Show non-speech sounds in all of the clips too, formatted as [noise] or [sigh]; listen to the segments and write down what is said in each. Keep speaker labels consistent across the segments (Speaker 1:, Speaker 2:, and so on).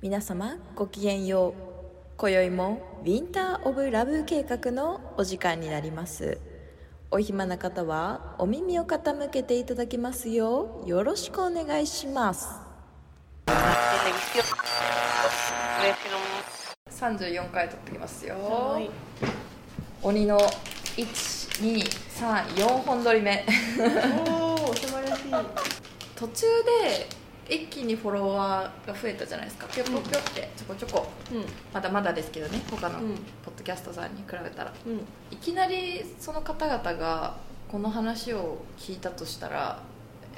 Speaker 1: 皆様ごきげんよう今宵もウィンター・オブ・ラブ計画のお時間になりますお暇な方はお耳を傾けていただきますようよろしくお願いします
Speaker 2: televisión. Televisión.
Speaker 3: 34回撮ってきますよ、
Speaker 4: はい
Speaker 3: 鬼の1234本撮り目 [laughs]
Speaker 4: おお素晴らしい。
Speaker 3: 途中で一気にフォロワーが増えたじゃないですかぴょぴょぴょってちょこちょこ
Speaker 4: う
Speaker 3: まだまだですけどね他の
Speaker 4: うん
Speaker 3: ポッドキャストさんに比べたら、
Speaker 4: ん
Speaker 3: いきなりその方々がこの話を聞いたとしたら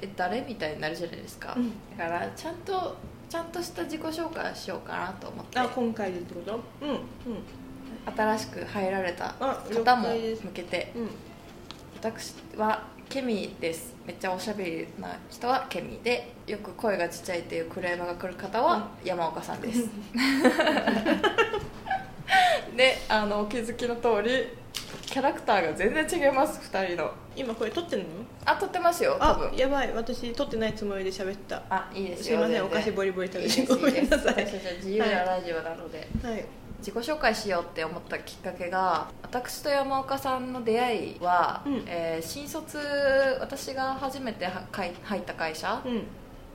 Speaker 3: え誰みたいになるじゃないですか、
Speaker 4: うん。
Speaker 3: だからちゃんとちゃんとした自己紹介をしようかなと思って
Speaker 4: あ今回でってこと？うんうん
Speaker 3: 新しく入られた
Speaker 4: あ
Speaker 3: 方も
Speaker 4: 了解
Speaker 3: 向
Speaker 4: です
Speaker 3: けて
Speaker 4: うん。
Speaker 3: 私はケミですめっちゃおしゃべりな人はケミでよく声がちっちゃいっていうクレームが来る方は山岡さん
Speaker 4: [laughs]
Speaker 3: です、であのお気づきの通りキャラクターが全然違います2人の
Speaker 4: 今これ撮ってるの？
Speaker 3: あ撮ってますよ多
Speaker 4: あ
Speaker 3: 分
Speaker 4: やばい私撮ってないつもりで喋った。
Speaker 3: あいいです
Speaker 4: すい
Speaker 3: よ
Speaker 4: ませんお
Speaker 3: 全然
Speaker 4: 菓子ボリボリ
Speaker 3: い
Speaker 4: 食
Speaker 3: い
Speaker 4: べ
Speaker 3: ですい
Speaker 4: て
Speaker 3: い
Speaker 4: ごめんなさい。
Speaker 3: です私たち自由なラジオなので、
Speaker 4: はい。
Speaker 3: 自己紹介しようって思ったきっかけが私と山岡さんの出会いは、
Speaker 4: うん
Speaker 3: えー新卒私が初めてはかい入った会社
Speaker 4: う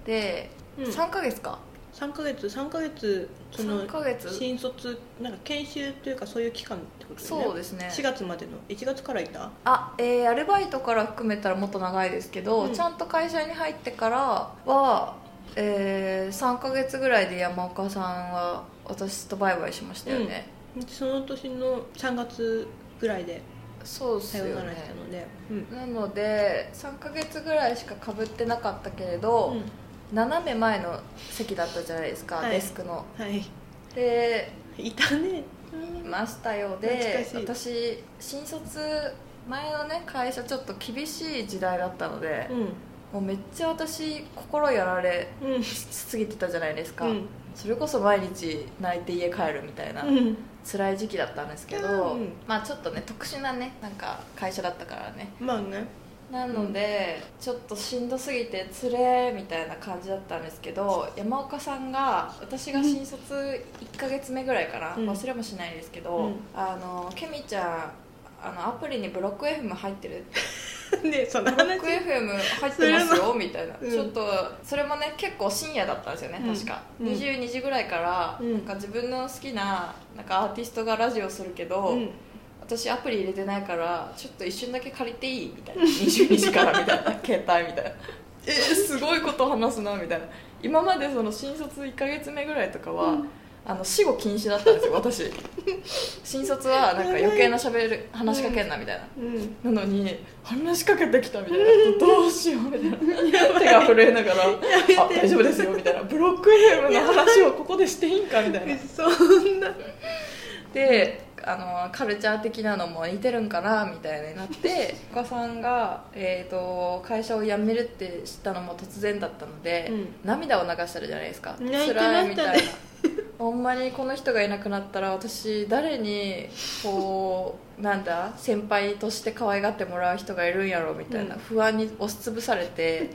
Speaker 3: で、
Speaker 4: んうん。
Speaker 3: 3ヶ月か
Speaker 4: 三ヶ月三ヶ月その
Speaker 3: 3ヶ月
Speaker 4: 新卒なんか研修というかそういう期間ってことだよね。
Speaker 3: そうですね
Speaker 4: 4月までの1月からいた
Speaker 3: あえーアルバイトから含めたらもっと長いですけど、
Speaker 4: うん
Speaker 3: ちゃんと会社に入ってからは、え3ヶ月ぐらいで山岡さんは私とバイバイしましたよね、
Speaker 4: その年の3月ぐらいで
Speaker 3: そうです
Speaker 4: さ
Speaker 3: よ
Speaker 4: よ
Speaker 3: ね
Speaker 4: ならしたので、うん
Speaker 3: なので3ヶ月ぐらいしかかぶってなかったけれど、
Speaker 4: うん
Speaker 3: 斜め前の席だったじゃないですか、
Speaker 4: はい
Speaker 3: デスクの
Speaker 4: はい
Speaker 3: で
Speaker 4: いたね
Speaker 3: いましたようで
Speaker 4: 懐か
Speaker 3: 私新卒前のね会社ちょっと厳しい時代だったので、
Speaker 4: う
Speaker 3: もうめっちゃ私心やられ
Speaker 4: んうん
Speaker 3: すぎてたじゃないですか、
Speaker 4: うん
Speaker 3: それこそ毎日泣いて家帰るみたいな、
Speaker 4: うん
Speaker 3: 辛い時期だったんですけど、
Speaker 4: うん
Speaker 3: まあちょっとね特殊なねなんか会社だったからね
Speaker 4: まあね
Speaker 3: なので、ちょっとしんどすぎてつれーみたいな感じだったんですけど山岡さんが私が新卒1ヶ月目ぐらいかな、
Speaker 4: うん
Speaker 3: 忘れもしないですけど、
Speaker 4: うん
Speaker 3: あのケミちゃんあのアプリにブロック FM 入ってる
Speaker 4: [laughs] でその
Speaker 3: ブロッ
Speaker 4: 話
Speaker 3: ク FM 入ってますよみたいな、
Speaker 4: うん
Speaker 3: ちょっとそれもね結構深夜だったんですよね
Speaker 4: うん
Speaker 3: 確か、
Speaker 4: うん
Speaker 3: 22時ぐらいから、
Speaker 4: うん
Speaker 3: なんか自分の好きななんかアーティストがラジオするけど、
Speaker 4: うん
Speaker 3: 私アプリ入れてないからちょっと一瞬だけ借りていいみたいな22時からみた
Speaker 4: [laughs]
Speaker 3: いな携帯みたいなえーすごいこと話すなみたいな今までその新卒1ヶ月目ぐらいとかは、あの死後禁止だったんですよ
Speaker 4: [laughs]
Speaker 3: 私新卒はなんか余計な喋る話しかけんなみたいな、
Speaker 4: うん
Speaker 3: なのに話しかけてきたみたいなどうしようみたいな [laughs] 手が震えながら「あ大丈夫ですよ」みたいな「ブロックヘムの話をここでしていいんか」みたいな
Speaker 4: そんな
Speaker 3: であのカルチャー的なのも似てるんかなみたいにな
Speaker 4: [laughs]
Speaker 3: ってお母さんが、えー、と会社を辞めるって知ったのも突然だったので、
Speaker 4: うん
Speaker 3: 涙を流したじゃないですか
Speaker 4: 泣いてましたね
Speaker 3: 辛いみたいなほんまにこの人がいなくなったら私誰にこ
Speaker 4: [laughs]
Speaker 3: うなんだ先輩として可愛がってもらう人がいるんやろみたいな、
Speaker 4: うん
Speaker 3: 不安に押しつぶされて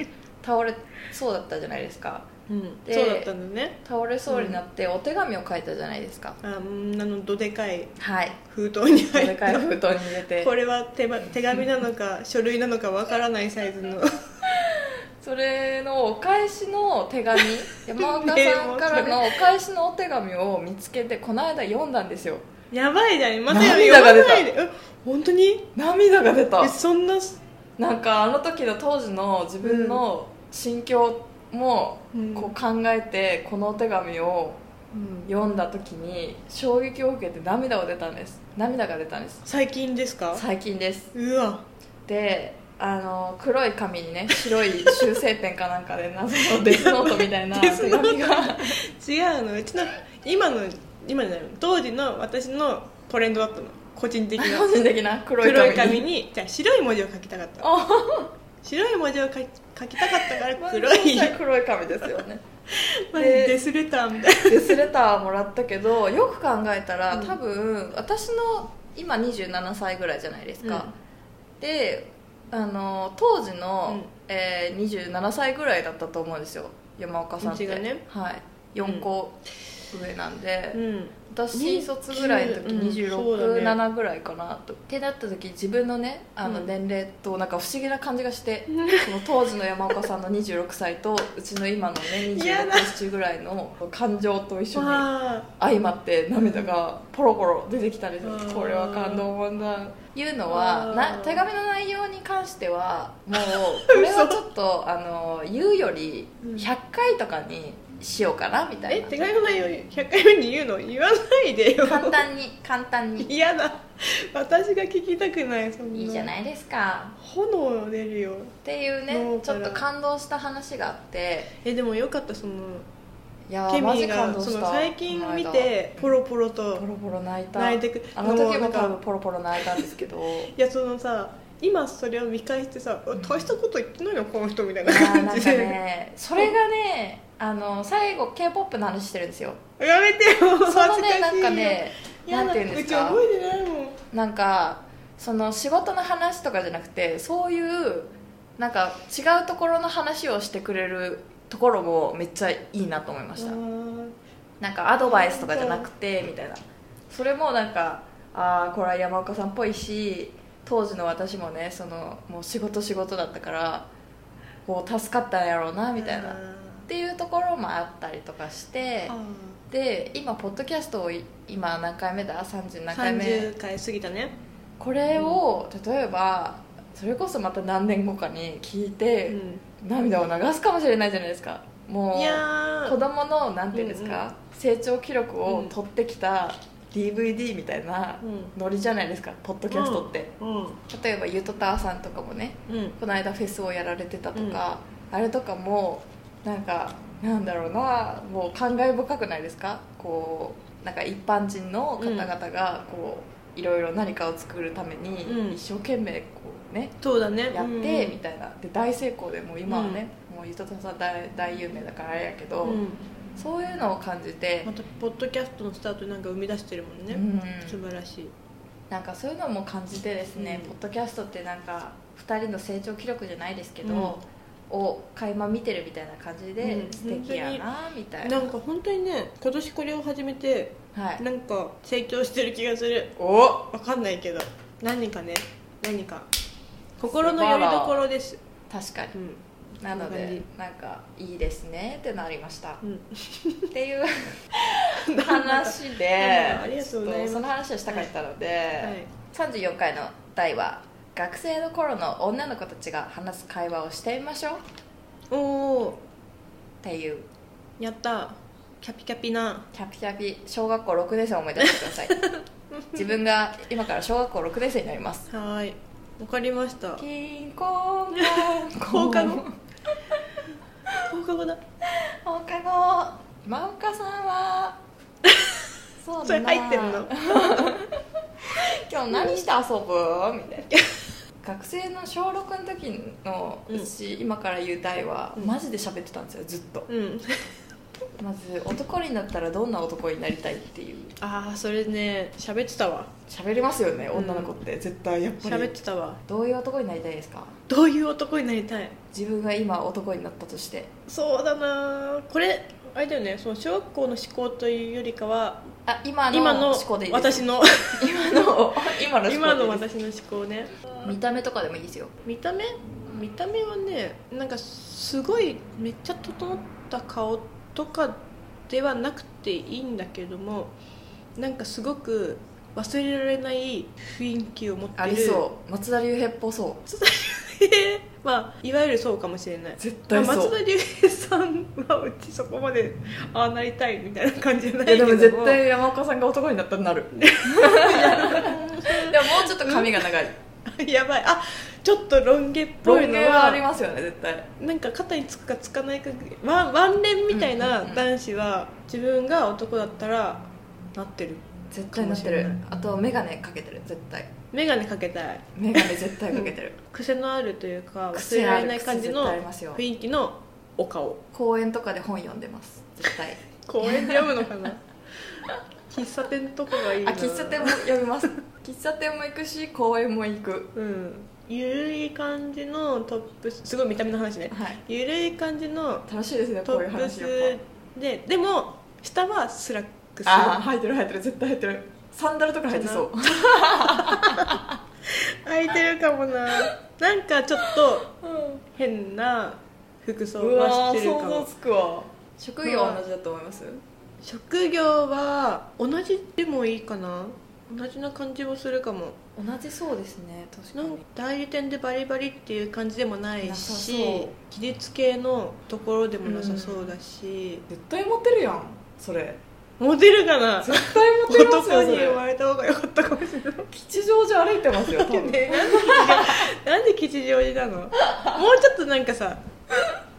Speaker 3: 倒れそうだったじゃないですか
Speaker 4: うん
Speaker 3: で
Speaker 4: そうだったのね
Speaker 3: 倒れそうになってお手紙を書いたじゃないですか、
Speaker 4: あんなのどでかい
Speaker 3: はい
Speaker 4: 封筒に
Speaker 3: お
Speaker 4: 入
Speaker 3: で
Speaker 4: った
Speaker 3: かい封筒に入れて
Speaker 4: [laughs] これは手ば手紙なの [laughs] か書類なのかわからないサイズの
Speaker 3: それのお返しの手
Speaker 4: [laughs]
Speaker 3: 紙山岡さんからのお返しのお手紙を見つけてこの間読んだんですよ
Speaker 4: [laughs] やばいじゃんまた読
Speaker 3: 涙が出
Speaker 4: ま
Speaker 3: た
Speaker 4: ないでえ本当に
Speaker 3: 涙が出た
Speaker 4: えそんな
Speaker 3: なんかあの時の当時の自分の心境も
Speaker 4: うん
Speaker 3: こう考えてこのお手紙を
Speaker 4: うん
Speaker 3: 読んだ時に衝撃を受けて涙を出たんです涙が出たんです
Speaker 4: 最近ですか
Speaker 3: 最近です
Speaker 4: うわ
Speaker 3: であの黒い紙にね白い修正ペンかなんかで謎のデスノートみたいな
Speaker 4: デス
Speaker 3: 手
Speaker 4: ノート
Speaker 3: 紙が
Speaker 4: 違うのうちの今の今じゃない当時の私のトレンドだったの個人的
Speaker 3: [laughs]
Speaker 4: な
Speaker 3: 個人的な黒い紙
Speaker 4: 黒い
Speaker 3: に
Speaker 4: 紙にじゃあ白い文字を書きたかった
Speaker 3: あ
Speaker 4: 白い文字を書き書きたかったから
Speaker 3: 黒
Speaker 4: 黒い
Speaker 3: い黒い紙ですよね
Speaker 4: マジデスレターみたい
Speaker 3: デスレターもらったけ
Speaker 4: [laughs]
Speaker 3: どよく考えたら
Speaker 4: うん
Speaker 3: 多分私の今27歳ぐらいじゃないですか、であの当時の、
Speaker 4: うん
Speaker 3: えー27歳ぐらいだったと思うんですよ山岡さんって
Speaker 4: うちがね
Speaker 3: はい4個上なんで、
Speaker 4: うん
Speaker 3: 私新卒ぐらいの時
Speaker 4: うんそうだね
Speaker 3: 267ぐらいかなと、ってなった時自分のねあの
Speaker 4: うん
Speaker 3: 年齢となんか不思議な感じがして、その当時の山岡さんの26歳とうちの今のね
Speaker 4: 嫌
Speaker 3: 26
Speaker 4: だ
Speaker 3: 歳ぐらいの感情と一緒に [laughs]
Speaker 4: わ
Speaker 3: 相まって涙がポロポロ出てきたんですよ
Speaker 4: あー
Speaker 3: これは感動もんだいうのは
Speaker 4: あー
Speaker 3: な手紙の内容に関しては
Speaker 4: [laughs]
Speaker 3: もうこれはちょっとあの言うより
Speaker 4: うん
Speaker 3: 100回とかにしようかなみ
Speaker 4: ー
Speaker 3: たい
Speaker 4: え
Speaker 3: な
Speaker 4: 手紙の内容100回目に言うの言わないでよ
Speaker 3: 簡単に簡単
Speaker 4: [laughs]
Speaker 3: に
Speaker 4: 嫌だ私が聞きたくないそんない
Speaker 3: いじゃないですか
Speaker 4: 炎出るよ
Speaker 3: っていう
Speaker 4: ど
Speaker 3: ね
Speaker 4: う
Speaker 3: ち
Speaker 4: か
Speaker 3: ょっ
Speaker 4: な
Speaker 3: と感動した話があって
Speaker 4: えでもよかったその
Speaker 3: いや
Speaker 4: ケ
Speaker 3: ーマジ
Speaker 4: ミ
Speaker 3: 感
Speaker 4: が
Speaker 3: 動
Speaker 4: そ
Speaker 3: し
Speaker 4: の
Speaker 3: た
Speaker 4: 最近
Speaker 3: この
Speaker 4: 見
Speaker 3: 間
Speaker 4: てポロポロと
Speaker 3: ポロポロ泣いた
Speaker 4: 泣いてく
Speaker 3: あの時も
Speaker 4: なんか
Speaker 3: 多分ポロポロ泣いたんですけ
Speaker 4: [laughs]
Speaker 3: ど
Speaker 4: いやそのさ今それを見返してさうわ大したこと言ってないのこの人みたい
Speaker 3: いや
Speaker 4: な
Speaker 3: ー
Speaker 4: 感
Speaker 3: なん
Speaker 4: じ
Speaker 3: か
Speaker 4: で、
Speaker 3: ねそれがねあの最後 k p o p の話してるんですよ
Speaker 4: やめてよ恥ず
Speaker 3: その
Speaker 4: かしい
Speaker 3: ね
Speaker 4: よ
Speaker 3: なんかね
Speaker 4: や
Speaker 3: なん
Speaker 4: だ
Speaker 3: ていうんで
Speaker 4: う
Speaker 3: す
Speaker 4: ち
Speaker 3: か
Speaker 4: 覚えてないもん
Speaker 3: なんかその仕事の話とかじゃなくてそういうなんか違うところの話をしてくれるところもめっちゃいいなと思いましたなんかアドバイスとかじゃなくてみたいなそれもなんかああこれは山岡さんっぽいし当時の私もねそのもう仕事仕事だったからこう助かったんやろうなみたいなっ
Speaker 4: あ
Speaker 3: ていうところもあったりとかして
Speaker 4: ーあ
Speaker 3: で今ポッドキャストをい今何回目だ30何
Speaker 4: ー
Speaker 3: 回目
Speaker 4: 30回過ぎたね
Speaker 3: これを例えばそれこそまた何年後かに聞いうて
Speaker 4: ん
Speaker 3: 涙を流すかもしれないじゃないですかもう
Speaker 4: いやー
Speaker 3: 子供のなんていうんですか、
Speaker 4: うんう
Speaker 3: 成長記録を取ってきた DVD みたいな
Speaker 4: う
Speaker 3: ノリじゃないですかポッドキャストって、
Speaker 4: ん
Speaker 3: 例えばゆとたーさんとかもね
Speaker 4: うん
Speaker 3: この間フェスをやられてたとか、あれとかもなんかなんだろうなもう感慨深くないですかこうなんか一般人の方々がこう、いろいろ何かを作るため
Speaker 4: うん
Speaker 3: に一生懸命こうね、
Speaker 4: そうだね
Speaker 3: やっ
Speaker 4: うん
Speaker 3: てみたいなで大成功でもう今はね、もうゆとたーさん大大有名だからあれやけど、
Speaker 4: うん
Speaker 3: そういうのを感じて
Speaker 4: ま、たポッドキャストのスタートなんか生み出してるもんね、
Speaker 3: うん
Speaker 4: 素晴らしい
Speaker 3: なんかそういうのも感じてですね、
Speaker 4: うん
Speaker 3: ポッドキャストってなんか2人の成長記録じゃないですけど、
Speaker 4: うん
Speaker 3: を垣間見てるみたいな感じで、
Speaker 4: うん
Speaker 3: 素敵やなみたいな
Speaker 4: なんか本当にね今年これを始めて
Speaker 3: はい
Speaker 4: なんか成長してる気がする
Speaker 3: お
Speaker 4: わかんないけど何かね何か心の拠り所です
Speaker 3: 確かに
Speaker 4: うん
Speaker 3: なの
Speaker 4: こん
Speaker 3: で
Speaker 4: な
Speaker 3: なんかいいですねってなりま
Speaker 4: [laughs]
Speaker 3: した
Speaker 4: うん
Speaker 3: っていう話で
Speaker 4: なんか [laughs] ありがとうございま
Speaker 3: ちょ
Speaker 4: す
Speaker 3: っその話をしたかったので、
Speaker 4: はい
Speaker 3: 34回の題は「学生の頃の女の子たちが話す会話をしてみましょう」っ
Speaker 4: おお
Speaker 3: ていう
Speaker 4: やったキャピキャピな
Speaker 3: キャピキャピ小学校6年生を思い出してくだ
Speaker 4: [laughs]
Speaker 3: さい自分が今から小学校6年生になります
Speaker 4: はーいわかりました
Speaker 3: 金婚
Speaker 4: 放課後放課後だ
Speaker 3: 放課後マンカさんはそう
Speaker 4: そ
Speaker 3: だ
Speaker 4: れ
Speaker 3: な
Speaker 4: 入ってるの
Speaker 3: 今日何して遊ぶみた
Speaker 4: [laughs]
Speaker 3: いな学生の小6の時のうち、今から言う代は、
Speaker 4: うん
Speaker 3: マジで喋ってたんですよずっと
Speaker 4: うん
Speaker 3: まず男になったらどんな男になりたいっていう
Speaker 4: ああそれね喋ってたわ
Speaker 3: 喋りますよね
Speaker 4: うん
Speaker 3: 女の子って、絶対やっぱ
Speaker 4: 喋っ
Speaker 3: り
Speaker 4: てたわ
Speaker 3: どういう男になりたいですか
Speaker 4: どういう男になりたい
Speaker 3: 自分が今男になったとして
Speaker 4: そうだなーこれあれだよねその小学校の思考というよりかは
Speaker 3: あ今の
Speaker 4: 今の
Speaker 3: 思考でいいです
Speaker 4: 私の
Speaker 3: 今の今の思考でいいです
Speaker 4: 今の私の思考ね
Speaker 3: 見た目とかでもいいですよ
Speaker 4: 見た目見た目はねなんかすごいめっちゃ整った顔とかではなくていいんだけどもなんかすごく忘れられない雰囲気を持ってる
Speaker 3: ありそう松田龍平っぽそう
Speaker 4: うまあいわゆるそうかもしれない
Speaker 3: 絶
Speaker 4: ま
Speaker 3: 対
Speaker 4: あ
Speaker 3: そう
Speaker 4: 松田龍平さんはうちそこまでああなりたいみたいな感じじゃない
Speaker 3: いやで
Speaker 4: けども
Speaker 3: も絶対山岡さんが男になったらなる [laughs] でももうちょっと髪が長い
Speaker 4: [laughs] やばいあちょっとロン毛っぽ
Speaker 3: ロ
Speaker 4: い
Speaker 3: ン
Speaker 4: の
Speaker 3: 毛はあ
Speaker 4: は
Speaker 3: りますよね絶対
Speaker 4: なんか肩につくかつかないかワンワンレンみたい
Speaker 3: うん
Speaker 4: な
Speaker 3: うんうん
Speaker 4: 男子は自分が男だったらなってる
Speaker 3: 絶対なってる
Speaker 4: かもしれない
Speaker 3: あと眼鏡かけてる絶対
Speaker 4: 眼鏡かけたい
Speaker 3: 眼鏡絶対かけてる
Speaker 4: 癖のあるというか忘れ
Speaker 3: 癖
Speaker 4: ら
Speaker 3: あ
Speaker 4: れ
Speaker 3: る
Speaker 4: ない感じ
Speaker 3: 癖
Speaker 4: の
Speaker 3: 絶対ありますよ
Speaker 4: 雰囲気のお顔
Speaker 3: 公園とかで本読んでます絶対
Speaker 4: 公園で読むのかな [laughs] 喫茶店とかがいい
Speaker 3: あ
Speaker 4: な
Speaker 3: 喫茶店も読みます喫茶店も行くし公園も行く
Speaker 4: うんゆるい感じのトップスすごい見た目の話ね
Speaker 3: はい
Speaker 4: ゆるい感じの
Speaker 3: 楽しいですねこ
Speaker 4: ト
Speaker 3: ういう
Speaker 4: ップ
Speaker 3: 話
Speaker 4: ス
Speaker 3: やっ
Speaker 4: ででも下はスラックス
Speaker 3: ああ
Speaker 4: あ
Speaker 3: 履いてる履いてる絶対履いてるサンダルとか履いてそう
Speaker 4: 開いてるかもななんかちょっと変な服装はしてるかも
Speaker 3: つくわ職業
Speaker 4: まあ
Speaker 3: は同じだと思います、
Speaker 4: 職業は同じでもいいかな同じな感じもするかも
Speaker 3: 同じそうですね確
Speaker 4: なんか代理店でバリバリっていう感じでもない
Speaker 3: なさ
Speaker 4: し
Speaker 3: そう
Speaker 4: 技術系のところでもなさそうだし、
Speaker 3: 絶対モテるやんそれ
Speaker 4: モテるかな
Speaker 3: 絶対モテますよ [laughs]
Speaker 4: 男
Speaker 3: そ
Speaker 4: に
Speaker 3: れ
Speaker 4: 生まれた方が良かったかもしれない
Speaker 3: 吉祥寺歩いてます [laughs] よ多分
Speaker 4: ね [laughs] なんで吉祥寺なのもうちょっとなんかさ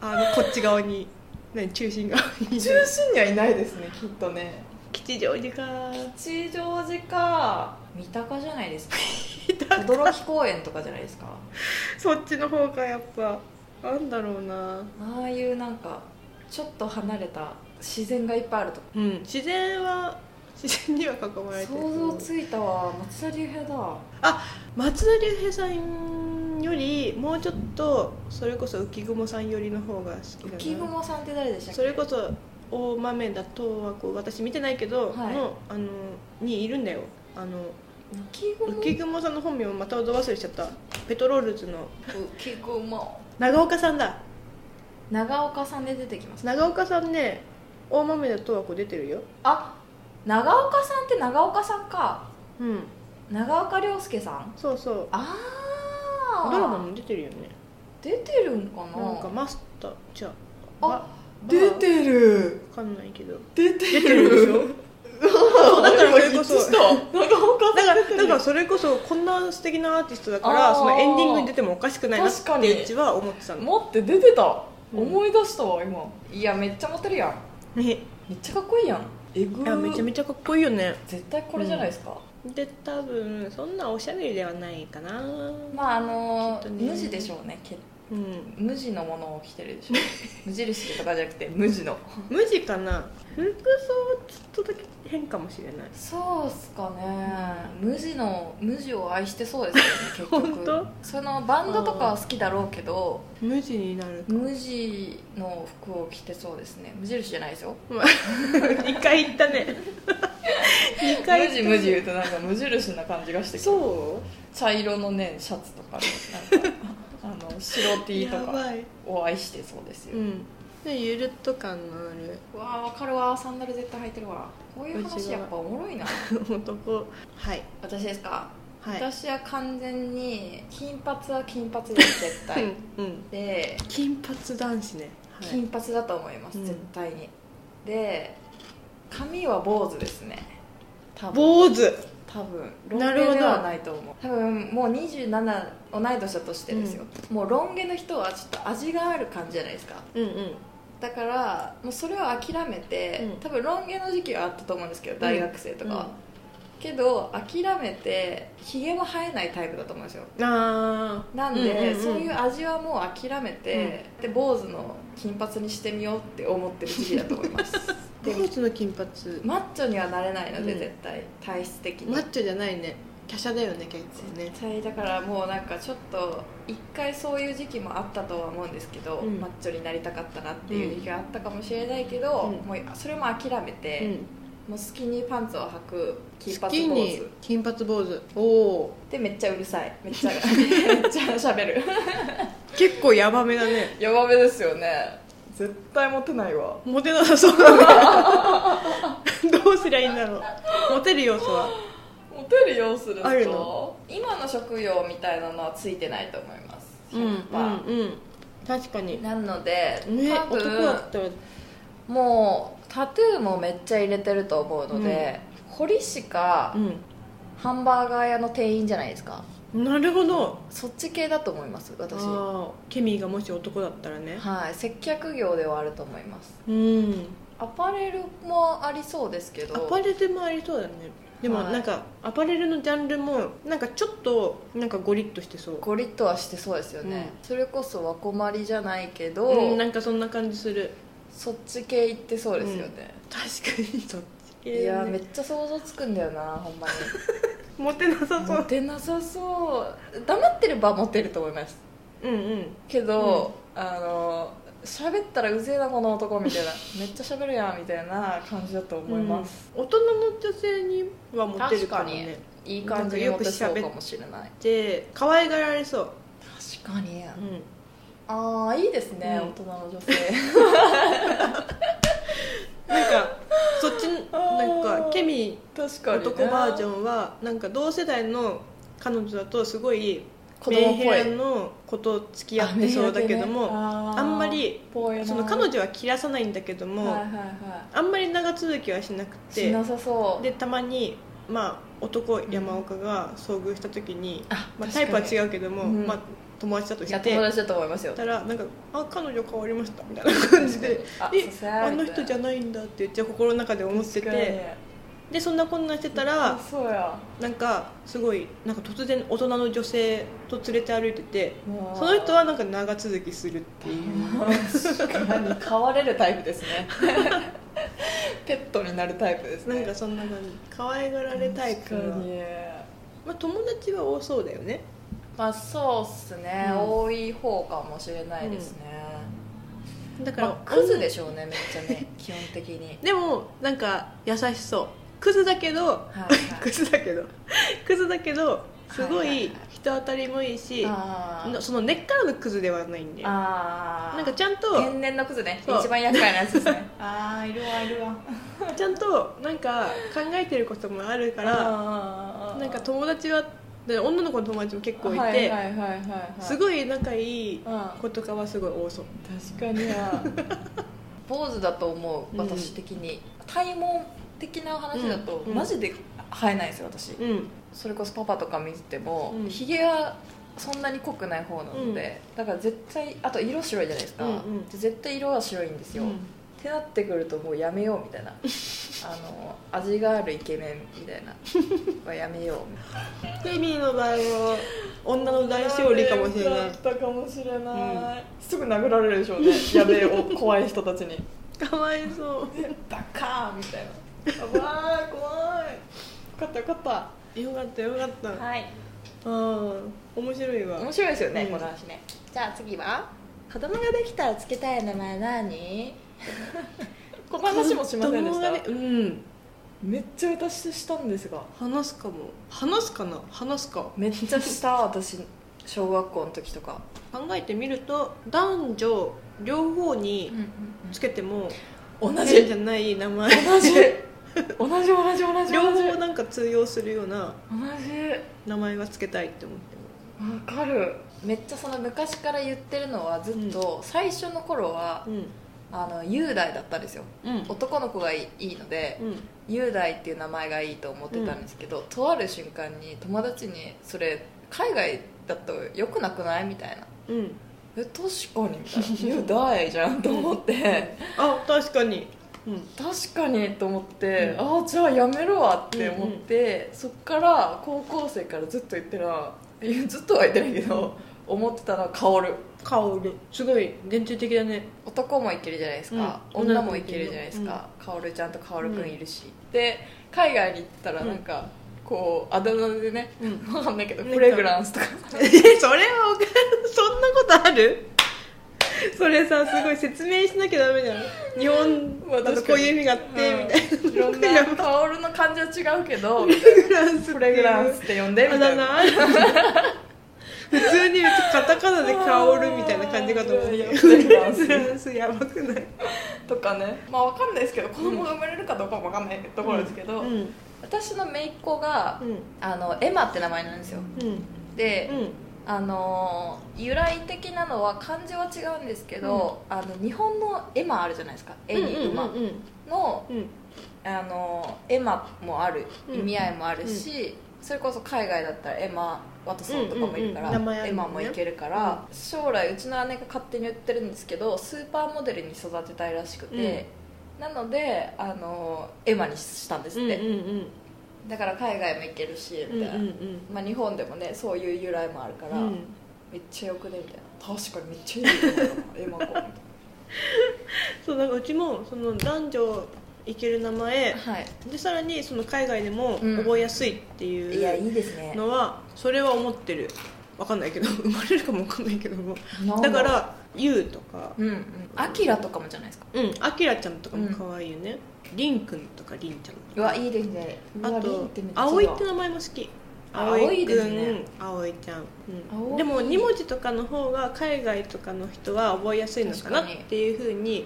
Speaker 4: あのこっち側に何中心側に
Speaker 3: 中心にはいないですねきっとね
Speaker 4: 吉祥寺か
Speaker 3: 吉祥寺か三鷹じゃないですか驚き公園とかじゃないですか
Speaker 4: そっちの方がやっぱなんだろうな
Speaker 3: ああいうなんかちょっと離れた自然がいっぱいあるとこ
Speaker 4: うん自然は [laughs] 自然には囲まれてる
Speaker 3: 想像ついたわ松田龍平だ
Speaker 4: 松田龍平さんよりもうちょっとそれこそ浮雲さんよりの方が好きだな
Speaker 3: 浮雲さんって誰でしたっ
Speaker 4: そ
Speaker 3: け
Speaker 4: れこそ大豆田とはこう私見てないけど、
Speaker 3: はい
Speaker 4: のあのにいるんだよあの
Speaker 3: 浮雲
Speaker 4: 浮雲さんの本名をまたど忘れしちゃったペトロールズの
Speaker 3: 浮雲
Speaker 4: 長岡さんだ
Speaker 3: 長岡さんで出てきます
Speaker 4: 長岡さんね大豆田とはこう出てるよ
Speaker 3: あ長岡さんって長岡さんか
Speaker 4: うん
Speaker 3: 長岡亮介さん
Speaker 4: そうそう
Speaker 3: ああ
Speaker 4: ドラマも出てるよね
Speaker 3: 出てるんかな
Speaker 4: なんかマスターじゃ
Speaker 3: あ出てる
Speaker 4: わかんないけど
Speaker 3: [laughs] 出て
Speaker 4: 出てるでしょ
Speaker 3: そう
Speaker 4: だからそれこそ
Speaker 3: 長岡
Speaker 4: だからだからそれこそこんな素敵なアーティストだか
Speaker 3: あ
Speaker 4: ら
Speaker 3: ー
Speaker 4: そのエンディングに出てもおかしくないなっ
Speaker 3: 確かに
Speaker 4: てうちは思ってたの
Speaker 3: 持って出てた、
Speaker 4: うん
Speaker 3: 思い出したわ今いやめっちゃモテるやん
Speaker 4: ねい
Speaker 3: めっちゃかっこいいやんえぐ
Speaker 4: やめちゃ
Speaker 3: め
Speaker 4: めちゃかっこいいよね
Speaker 3: 絶対これじゃないですか、
Speaker 4: で多分そんなおしゃべりではないかな
Speaker 3: まああの
Speaker 4: きっと
Speaker 3: ー
Speaker 4: ね
Speaker 3: 無地でしょうねけ
Speaker 4: うん
Speaker 3: 無地のものを着てるでしょ [laughs] 無印とかじゃなくて無地の
Speaker 4: 無地かな服装はちょっとだけ変かもしれない
Speaker 3: そうっすかね無地の無地を愛してそうですよ [laughs] ね結
Speaker 4: 本
Speaker 3: 局
Speaker 4: 当
Speaker 3: そのバンドとかは好きだろうけど
Speaker 4: 無地になる [laughs] か
Speaker 3: 無地の服を着てそうですね無印じゃないですよ
Speaker 4: 2回行った
Speaker 3: [laughs]
Speaker 4: ね2
Speaker 3: 無
Speaker 4: 回
Speaker 3: 地
Speaker 4: 行
Speaker 3: 無
Speaker 4: っ
Speaker 3: 地言うとなんか無印な感じがして
Speaker 4: た
Speaker 3: きた
Speaker 4: そ
Speaker 3: 茶色のねシャツとかね [laughs] なんかあの白
Speaker 4: う
Speaker 3: T と
Speaker 4: や
Speaker 3: か
Speaker 4: ばい
Speaker 3: お会いしてそうですよ、
Speaker 4: うんでゆるっと感のある
Speaker 3: うわーわかるわサンダル絶対履いてるわこういう話やっぱおもろいな
Speaker 4: 男はい
Speaker 3: 私ですか、
Speaker 4: はい
Speaker 3: 私は完全に金髪は金髪です絶対
Speaker 4: うんうん
Speaker 3: で、
Speaker 4: 金髪男子ね、はい、
Speaker 3: 金髪だと思います、
Speaker 4: うん
Speaker 3: 絶対にで髪は坊主ですね多分
Speaker 4: 坊主
Speaker 3: 多分ロン
Speaker 4: なるほど
Speaker 3: 毛ではないと思う多分もう27同い年だとしてですよ、もうロン毛の人はちょっと味がある感じじゃないですか
Speaker 4: うんうん
Speaker 3: だからもうそれを諦めて、
Speaker 4: うん
Speaker 3: 多分ロン毛の時期はあったと思うんですけど大学生とかは、けど諦めてひげも生えないタイプだと思うんですよ
Speaker 4: あ
Speaker 3: なんで、
Speaker 4: うんうんうん
Speaker 3: そういう味はもう諦めて、で坊主の金髪にしてみようって思ってる時期だと思い
Speaker 4: [laughs]
Speaker 3: ます
Speaker 4: ー
Speaker 3: で
Speaker 4: 坊主の金髪
Speaker 3: マッチョにはなれないので、
Speaker 4: うん
Speaker 3: 絶対体質的に
Speaker 4: マッチョじゃないね華奢だよね結構ね
Speaker 3: 絶対だからもうなんかちょっと一回そういう時期もあったとは思うんですけど、
Speaker 4: うん
Speaker 3: マッチョになりたかったなっていう時期があったかもしれないけど、
Speaker 4: うん
Speaker 3: もうそれも諦めて、もうスキニーパンツを履く金
Speaker 4: 好
Speaker 3: 髪
Speaker 4: き
Speaker 3: 坊
Speaker 4: に
Speaker 3: 主
Speaker 4: 金髪坊主おお
Speaker 3: でめっちゃうるさいめっちゃめっちゃ喋
Speaker 4: [laughs]
Speaker 3: る [laughs]
Speaker 4: 結構ヤバめだ [laughs] ね
Speaker 3: やばめですよね絶対モテないわ
Speaker 4: モテなさそうだね [laughs] どうすりゃいいんだろうモテる要素は
Speaker 3: モテる様子ですか
Speaker 4: あるの
Speaker 3: 今の職業みたいなのはついてないと思います
Speaker 4: うんうん
Speaker 3: やっぱ
Speaker 4: うん確かにね
Speaker 3: なので、多
Speaker 4: 男だ
Speaker 3: 分
Speaker 4: ったら
Speaker 3: もうタトゥーもめっちゃ入れてると思うので、堀しか
Speaker 4: う
Speaker 3: ハンバーガー屋の店員じゃないですか
Speaker 4: んなるほど
Speaker 3: そっち系だと思います私
Speaker 4: あーケミーがもし男だったらね
Speaker 3: はい接客業ではあると思います
Speaker 4: うん
Speaker 3: アパレルもありそうですけど
Speaker 4: アパレルもありそうだねでも
Speaker 3: はい
Speaker 4: なんか、アパレルのジャンルもなんかちょっとなんかゴリッとしてそう
Speaker 3: ゴリッとはしてそうですよね、それこそ和こまりじゃないけど、
Speaker 4: うんなんかそんな感じする
Speaker 3: そっち系行ってそうですよね、
Speaker 4: 確かにそっち系、ね、
Speaker 3: いやーめっちゃ想像つくんだよなほんま [laughs] に
Speaker 4: モテなさそ
Speaker 3: モ
Speaker 4: う
Speaker 3: テなさそう黙ってればモテると思います
Speaker 4: うんうん
Speaker 3: けど、あの喋ったらうぜえなこの男みたいなめっちゃ喋るやんみたいな感じだと思います、
Speaker 4: 大人の女性にはモテるからね
Speaker 3: いい感じにモテそうかもしれない
Speaker 4: で可愛がられそう、
Speaker 3: 確かに
Speaker 4: うん、
Speaker 3: ああいいですね、
Speaker 4: う
Speaker 3: 大
Speaker 4: ん
Speaker 3: 人の女性
Speaker 4: なんかそっちなん
Speaker 3: あ
Speaker 4: か
Speaker 3: ー
Speaker 4: ケミ
Speaker 3: [laughs] 確かに、ね、
Speaker 4: 男バージ
Speaker 3: ン
Speaker 4: ョンはなんか同世代の彼女だとすごい
Speaker 3: 子
Speaker 4: メン
Speaker 3: 供っ
Speaker 4: ヘ
Speaker 3: ぽ
Speaker 4: ラ
Speaker 3: い
Speaker 4: のことと付き合ってそうだけども、
Speaker 3: あー
Speaker 4: あんまり
Speaker 3: ぽいな
Speaker 4: その彼女は切らさないんだけども、
Speaker 3: はいはいは
Speaker 4: あんまり長続きはしなく
Speaker 3: い
Speaker 4: て
Speaker 3: しなさそう
Speaker 4: でたまに、まあ、男山岡が遭遇した時に、
Speaker 3: あ
Speaker 4: まあ、
Speaker 3: 確
Speaker 4: タイプ
Speaker 3: か
Speaker 4: は
Speaker 3: に
Speaker 4: 違うけども、
Speaker 3: うん
Speaker 4: まあ、友達だと
Speaker 3: い
Speaker 4: し
Speaker 3: や
Speaker 4: て
Speaker 3: 友達だと思いますよ
Speaker 4: たらなんか「あ彼女変わりました」みたいな感じで
Speaker 3: あ
Speaker 4: 「え
Speaker 3: そう
Speaker 4: あの人じ
Speaker 3: ゃ
Speaker 4: ゃないんだ」って言って心の中で思っててでそんなこんなしてた
Speaker 3: あ
Speaker 4: ら
Speaker 3: そうや
Speaker 4: なんかすごいなんか突然大人の女性と連れて歩いてて
Speaker 3: もう
Speaker 4: その人はなんか長続きするっていう
Speaker 3: 確かに飼われるタイプですねペットになるタイプですね
Speaker 4: なんかそんな感じ可愛がられタイプ
Speaker 3: 確か
Speaker 4: は
Speaker 3: に
Speaker 4: まあ、友達は多そうだよね
Speaker 3: まあそうっすね、
Speaker 4: うん
Speaker 3: 多い方かもしれないですね、
Speaker 4: だか
Speaker 3: ま
Speaker 4: ら、
Speaker 3: あ、クズでしょうねめっちゃね基本的に
Speaker 4: でもなんか優しそうクズだけど
Speaker 3: はい、
Speaker 4: クズだけどクズだけどすご
Speaker 3: はいはいはい
Speaker 4: い人当たりもいいし、
Speaker 3: あ
Speaker 4: のその根っからのクズではないんでな
Speaker 3: あー
Speaker 4: んかちゃんと
Speaker 3: 天然のクズね
Speaker 4: そう
Speaker 3: 一番厄介なやつですね [laughs] ああいるわいるわ
Speaker 4: ちゃんとなんか考えてることもあるから
Speaker 3: あー
Speaker 4: なんか友達はで女の子の友達も結構いて、
Speaker 3: はいはいはいはいはい
Speaker 4: す
Speaker 3: い
Speaker 4: ごい仲いい
Speaker 3: 確
Speaker 4: 子とかはすごい多そう
Speaker 3: かには坊主だと思う
Speaker 4: うん
Speaker 3: 私的に、体毛的な話だと、
Speaker 4: うん
Speaker 3: マジで生えないですよ私、
Speaker 4: うん
Speaker 3: それこそパパとか見てても
Speaker 4: うん
Speaker 3: ひげ、はそんなに濃くない方なので、だから絶対あと色白いじゃないですか、
Speaker 4: うんうん
Speaker 3: で絶対色は白いんですよ、ってなってくるともうやめようみ [laughs] たいなあの味があるイケメンみたいなはやめよう
Speaker 4: ケミーの場合は女の大勝利かもしれない
Speaker 3: たかもしれ、
Speaker 4: ない
Speaker 3: すぐ殴られるでしょうねやべえお怖い人たちに
Speaker 4: かわいそう
Speaker 3: バカーみたいな [laughs] わー怖いよかったよかった
Speaker 4: よかったよかった、あ
Speaker 3: はい
Speaker 4: あ面白いわ
Speaker 3: 面白いですよね、
Speaker 4: うん
Speaker 3: この話ねじゃあ次は子供ができたらつけたい名前何 [laughs] この話もしませんでし
Speaker 4: 子供
Speaker 3: た
Speaker 4: がねうん
Speaker 3: めっちゃ私したんですが
Speaker 4: 話すかも話すかな話すか
Speaker 3: めっちゃした私小学校の時とか、
Speaker 4: 考えてみると男女両方につけても
Speaker 3: 同
Speaker 4: 変じゃない名前
Speaker 3: 同じ同じ同じ同じ
Speaker 4: [laughs] 両
Speaker 3: 同じ
Speaker 4: 方なんか通用するような
Speaker 3: 同
Speaker 4: 名前はつけたいって思って
Speaker 3: じわかるめっちゃその昔から言ってるのはずっと、最初の頃は
Speaker 4: る
Speaker 3: あの雄大だったんですよ
Speaker 4: うん
Speaker 3: 男の子がいいいいので
Speaker 4: うん
Speaker 3: 雄大っていう名前がいいと思ってたんですけど、とある瞬間に友達に「それ海外だとよくなくない?」みたいな
Speaker 4: うん
Speaker 3: 「え確かに」みたいな「雄大じゃん」と思って。
Speaker 4: あ確かにうん
Speaker 3: 確かにと思って、
Speaker 4: う
Speaker 3: ああじゃあやめるわって思って、そっから高校生からずっと言ってらいやずっとは言ってないけど思ってたら薫
Speaker 4: 香るすごい限定的だね
Speaker 3: 男もいけるじゃないですか、
Speaker 4: うん
Speaker 3: 女もいけるじゃないですか薫、ちゃんと薫くんいるし、で海外に行ったらなんか、こうあだ名でね [laughs]
Speaker 4: うん
Speaker 3: わかんないけど
Speaker 4: なんか
Speaker 3: フレグランスとか
Speaker 4: えそれはおかそんなことあるそれさすごい説明しなきゃダメじゃん日
Speaker 3: まあ
Speaker 4: 本だと
Speaker 3: 確
Speaker 4: こ
Speaker 3: か
Speaker 4: う
Speaker 3: に
Speaker 4: いう意味があってみたいな、
Speaker 3: うんいろんな薫の感じは違うけ
Speaker 4: [laughs]
Speaker 3: ど
Speaker 4: フランス
Speaker 3: フレグランスって呼んでみた
Speaker 4: あ
Speaker 3: いな
Speaker 4: だ名普通に別にカタカナで香るみたいな感じかと思う
Speaker 3: いやいや
Speaker 4: フ
Speaker 3: フレグランス
Speaker 4: [laughs] ランスやばくない
Speaker 3: とかねまあわかんないですけど子供が生まれるかどうかもわかんないところですけど、
Speaker 4: うんうん
Speaker 3: 私の姪っ子が、
Speaker 4: うん
Speaker 3: あのエマって名前なんですよで、あのー由来的なのは漢字は違うんですけど、あの日本のエマあるじゃないですか絵に馬
Speaker 4: うんうん
Speaker 3: の、
Speaker 4: うん
Speaker 3: あのーエマもある
Speaker 4: うん
Speaker 3: 意味合いもあるし、それこそ海外だったらエマ・ワトソンとかもいるから、
Speaker 4: うんうんうん名前あ
Speaker 3: エ
Speaker 4: る
Speaker 3: マ
Speaker 4: もんね
Speaker 3: もいけるから、将来うちの姉が勝手に言ってるんですけどスーパーモデルに育てたいらしくて、なのであのーエマにしたんですって、
Speaker 4: うんうん
Speaker 3: だから海外も行けるし
Speaker 4: うんうん
Speaker 3: みたいな、まあ、日本でもねそういう由来もあるから、
Speaker 4: うん
Speaker 3: めっちゃよくねみたいな確かにめっちゃいいと思うなエマ子みたい
Speaker 4: そうなんかうちもその男女いける名前
Speaker 3: なはい
Speaker 4: でさらにその海外でも
Speaker 3: うん
Speaker 4: 覚えやすいって
Speaker 3: いや
Speaker 4: いう
Speaker 3: いいですね
Speaker 4: のはそれは思ってるわかんないけど [laughs] 生まれるかもわかんないけども
Speaker 3: なん
Speaker 4: だから「ゆう」とか
Speaker 3: うんうんアキラとかもじゃないですか
Speaker 4: うんあきらちゃんとかも可愛いよね、りんくんとかりんちゃん
Speaker 3: う
Speaker 4: とか
Speaker 3: わいいですねうわ
Speaker 4: あ
Speaker 3: リン
Speaker 4: と
Speaker 3: ってめっちゃ
Speaker 4: 葵って名前も好き
Speaker 3: あ
Speaker 4: 葵
Speaker 3: 葵
Speaker 4: く
Speaker 3: です
Speaker 4: ん、
Speaker 3: ね
Speaker 4: 葵ちゃん、うん
Speaker 3: 葵
Speaker 4: でも2文字とかの方が海外とかの人は覚えやすいのかなっ
Speaker 3: 確かに
Speaker 4: ていうふうに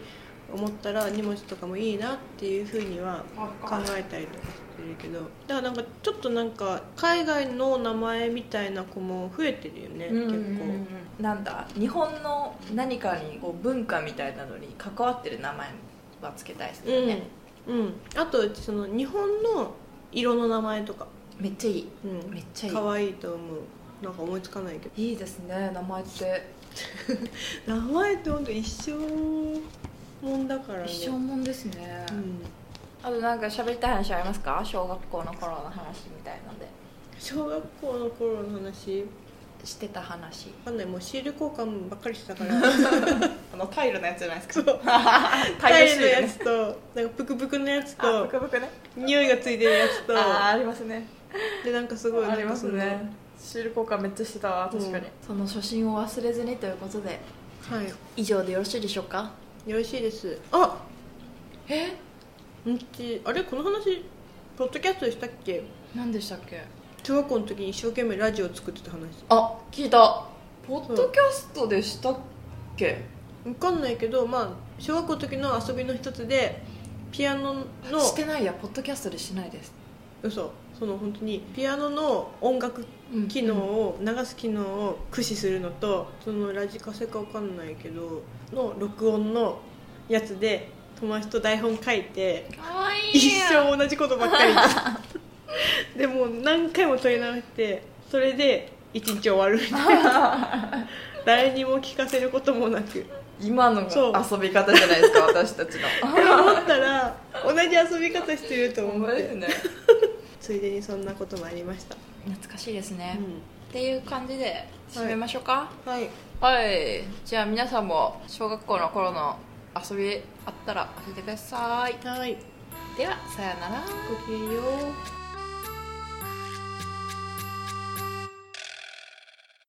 Speaker 4: 思ったら2文字とかもいいなっていうふうには考えたりとかしてるけどだからなんかちょっとなんか海外の名前みたいな子も増えてるよね、
Speaker 3: うんうんうんうん
Speaker 4: 結構
Speaker 3: なんだ日本の何かにこう文化みたいなのに関わってる名前はつけたいですよね、
Speaker 4: うん、うん、あとその日本の色の名前とか、
Speaker 3: めっちゃいい
Speaker 4: うん、
Speaker 3: めっちゃいい
Speaker 4: 可愛いと思うなんか思いつかないけど
Speaker 3: いいですね名前って
Speaker 4: 名前って本当一生もんだからね
Speaker 3: 一生もんですね、
Speaker 4: うん、
Speaker 3: あとなんか喋りたい話ありますか小学校の頃の話みたいなんで
Speaker 4: 小学校の頃の話
Speaker 3: してた話
Speaker 4: わかんないもうシール交換ばっかりしてたから
Speaker 3: [laughs] あのタイルのやつじゃないです
Speaker 4: そ
Speaker 3: か [laughs]
Speaker 4: う
Speaker 3: タ
Speaker 4: タ
Speaker 3: イル
Speaker 4: イル
Speaker 3: の
Speaker 4: の
Speaker 3: や
Speaker 4: や
Speaker 3: つ
Speaker 4: つとなんかプクプクのやつ
Speaker 3: あ
Speaker 4: と
Speaker 3: ブクブクね
Speaker 4: 匂いがついてるやつと
Speaker 3: あーありますね
Speaker 4: でなんかすごい
Speaker 3: あります
Speaker 4: なん
Speaker 3: ねシール交換めっちゃしてたわ確かに、
Speaker 4: うん
Speaker 1: その初心を忘れずにということで
Speaker 4: かそのは
Speaker 1: 以上でよろしいでしょうか
Speaker 4: いよろしいですあ
Speaker 3: え
Speaker 4: うんちあれこの話ポッドキャストでしたっけ
Speaker 3: 何でしたっけ
Speaker 4: 小学校の時に一生懸命ラジオ作ってた話
Speaker 3: あ聞いたポッドキャストでしたっけ、
Speaker 4: わかんないけどまあ小学校の時の遊びの一つでピアノの
Speaker 3: してないやポッドキャストでしないです、
Speaker 4: 嘘その本当にピアノの音楽
Speaker 3: うん
Speaker 4: 機能を流す機能を駆使するのとそのラジカセかわかんないけどの録音のやつで友達と台本書いて
Speaker 3: かわい
Speaker 4: 一生同じことばっかりででもう何回も撮り直してそれで一日終わるみたいな
Speaker 3: [laughs]
Speaker 4: 誰にも聞かせることもなく
Speaker 3: [laughs] 今の
Speaker 4: そう
Speaker 3: が遊び方じゃないですか私たちの
Speaker 4: って思ったら同じ遊び方してると思っ
Speaker 3: です
Speaker 4: て
Speaker 3: ね
Speaker 4: ついでにそんなこともありました、
Speaker 1: 懐かしいですね、
Speaker 4: う
Speaker 1: っていう感じで締めましょうか
Speaker 4: ん、はい
Speaker 3: はい、じゃあ皆さんも小学校の頃の遊びあったら教えてください
Speaker 4: はい
Speaker 3: ではさよなら
Speaker 4: ごきげんよう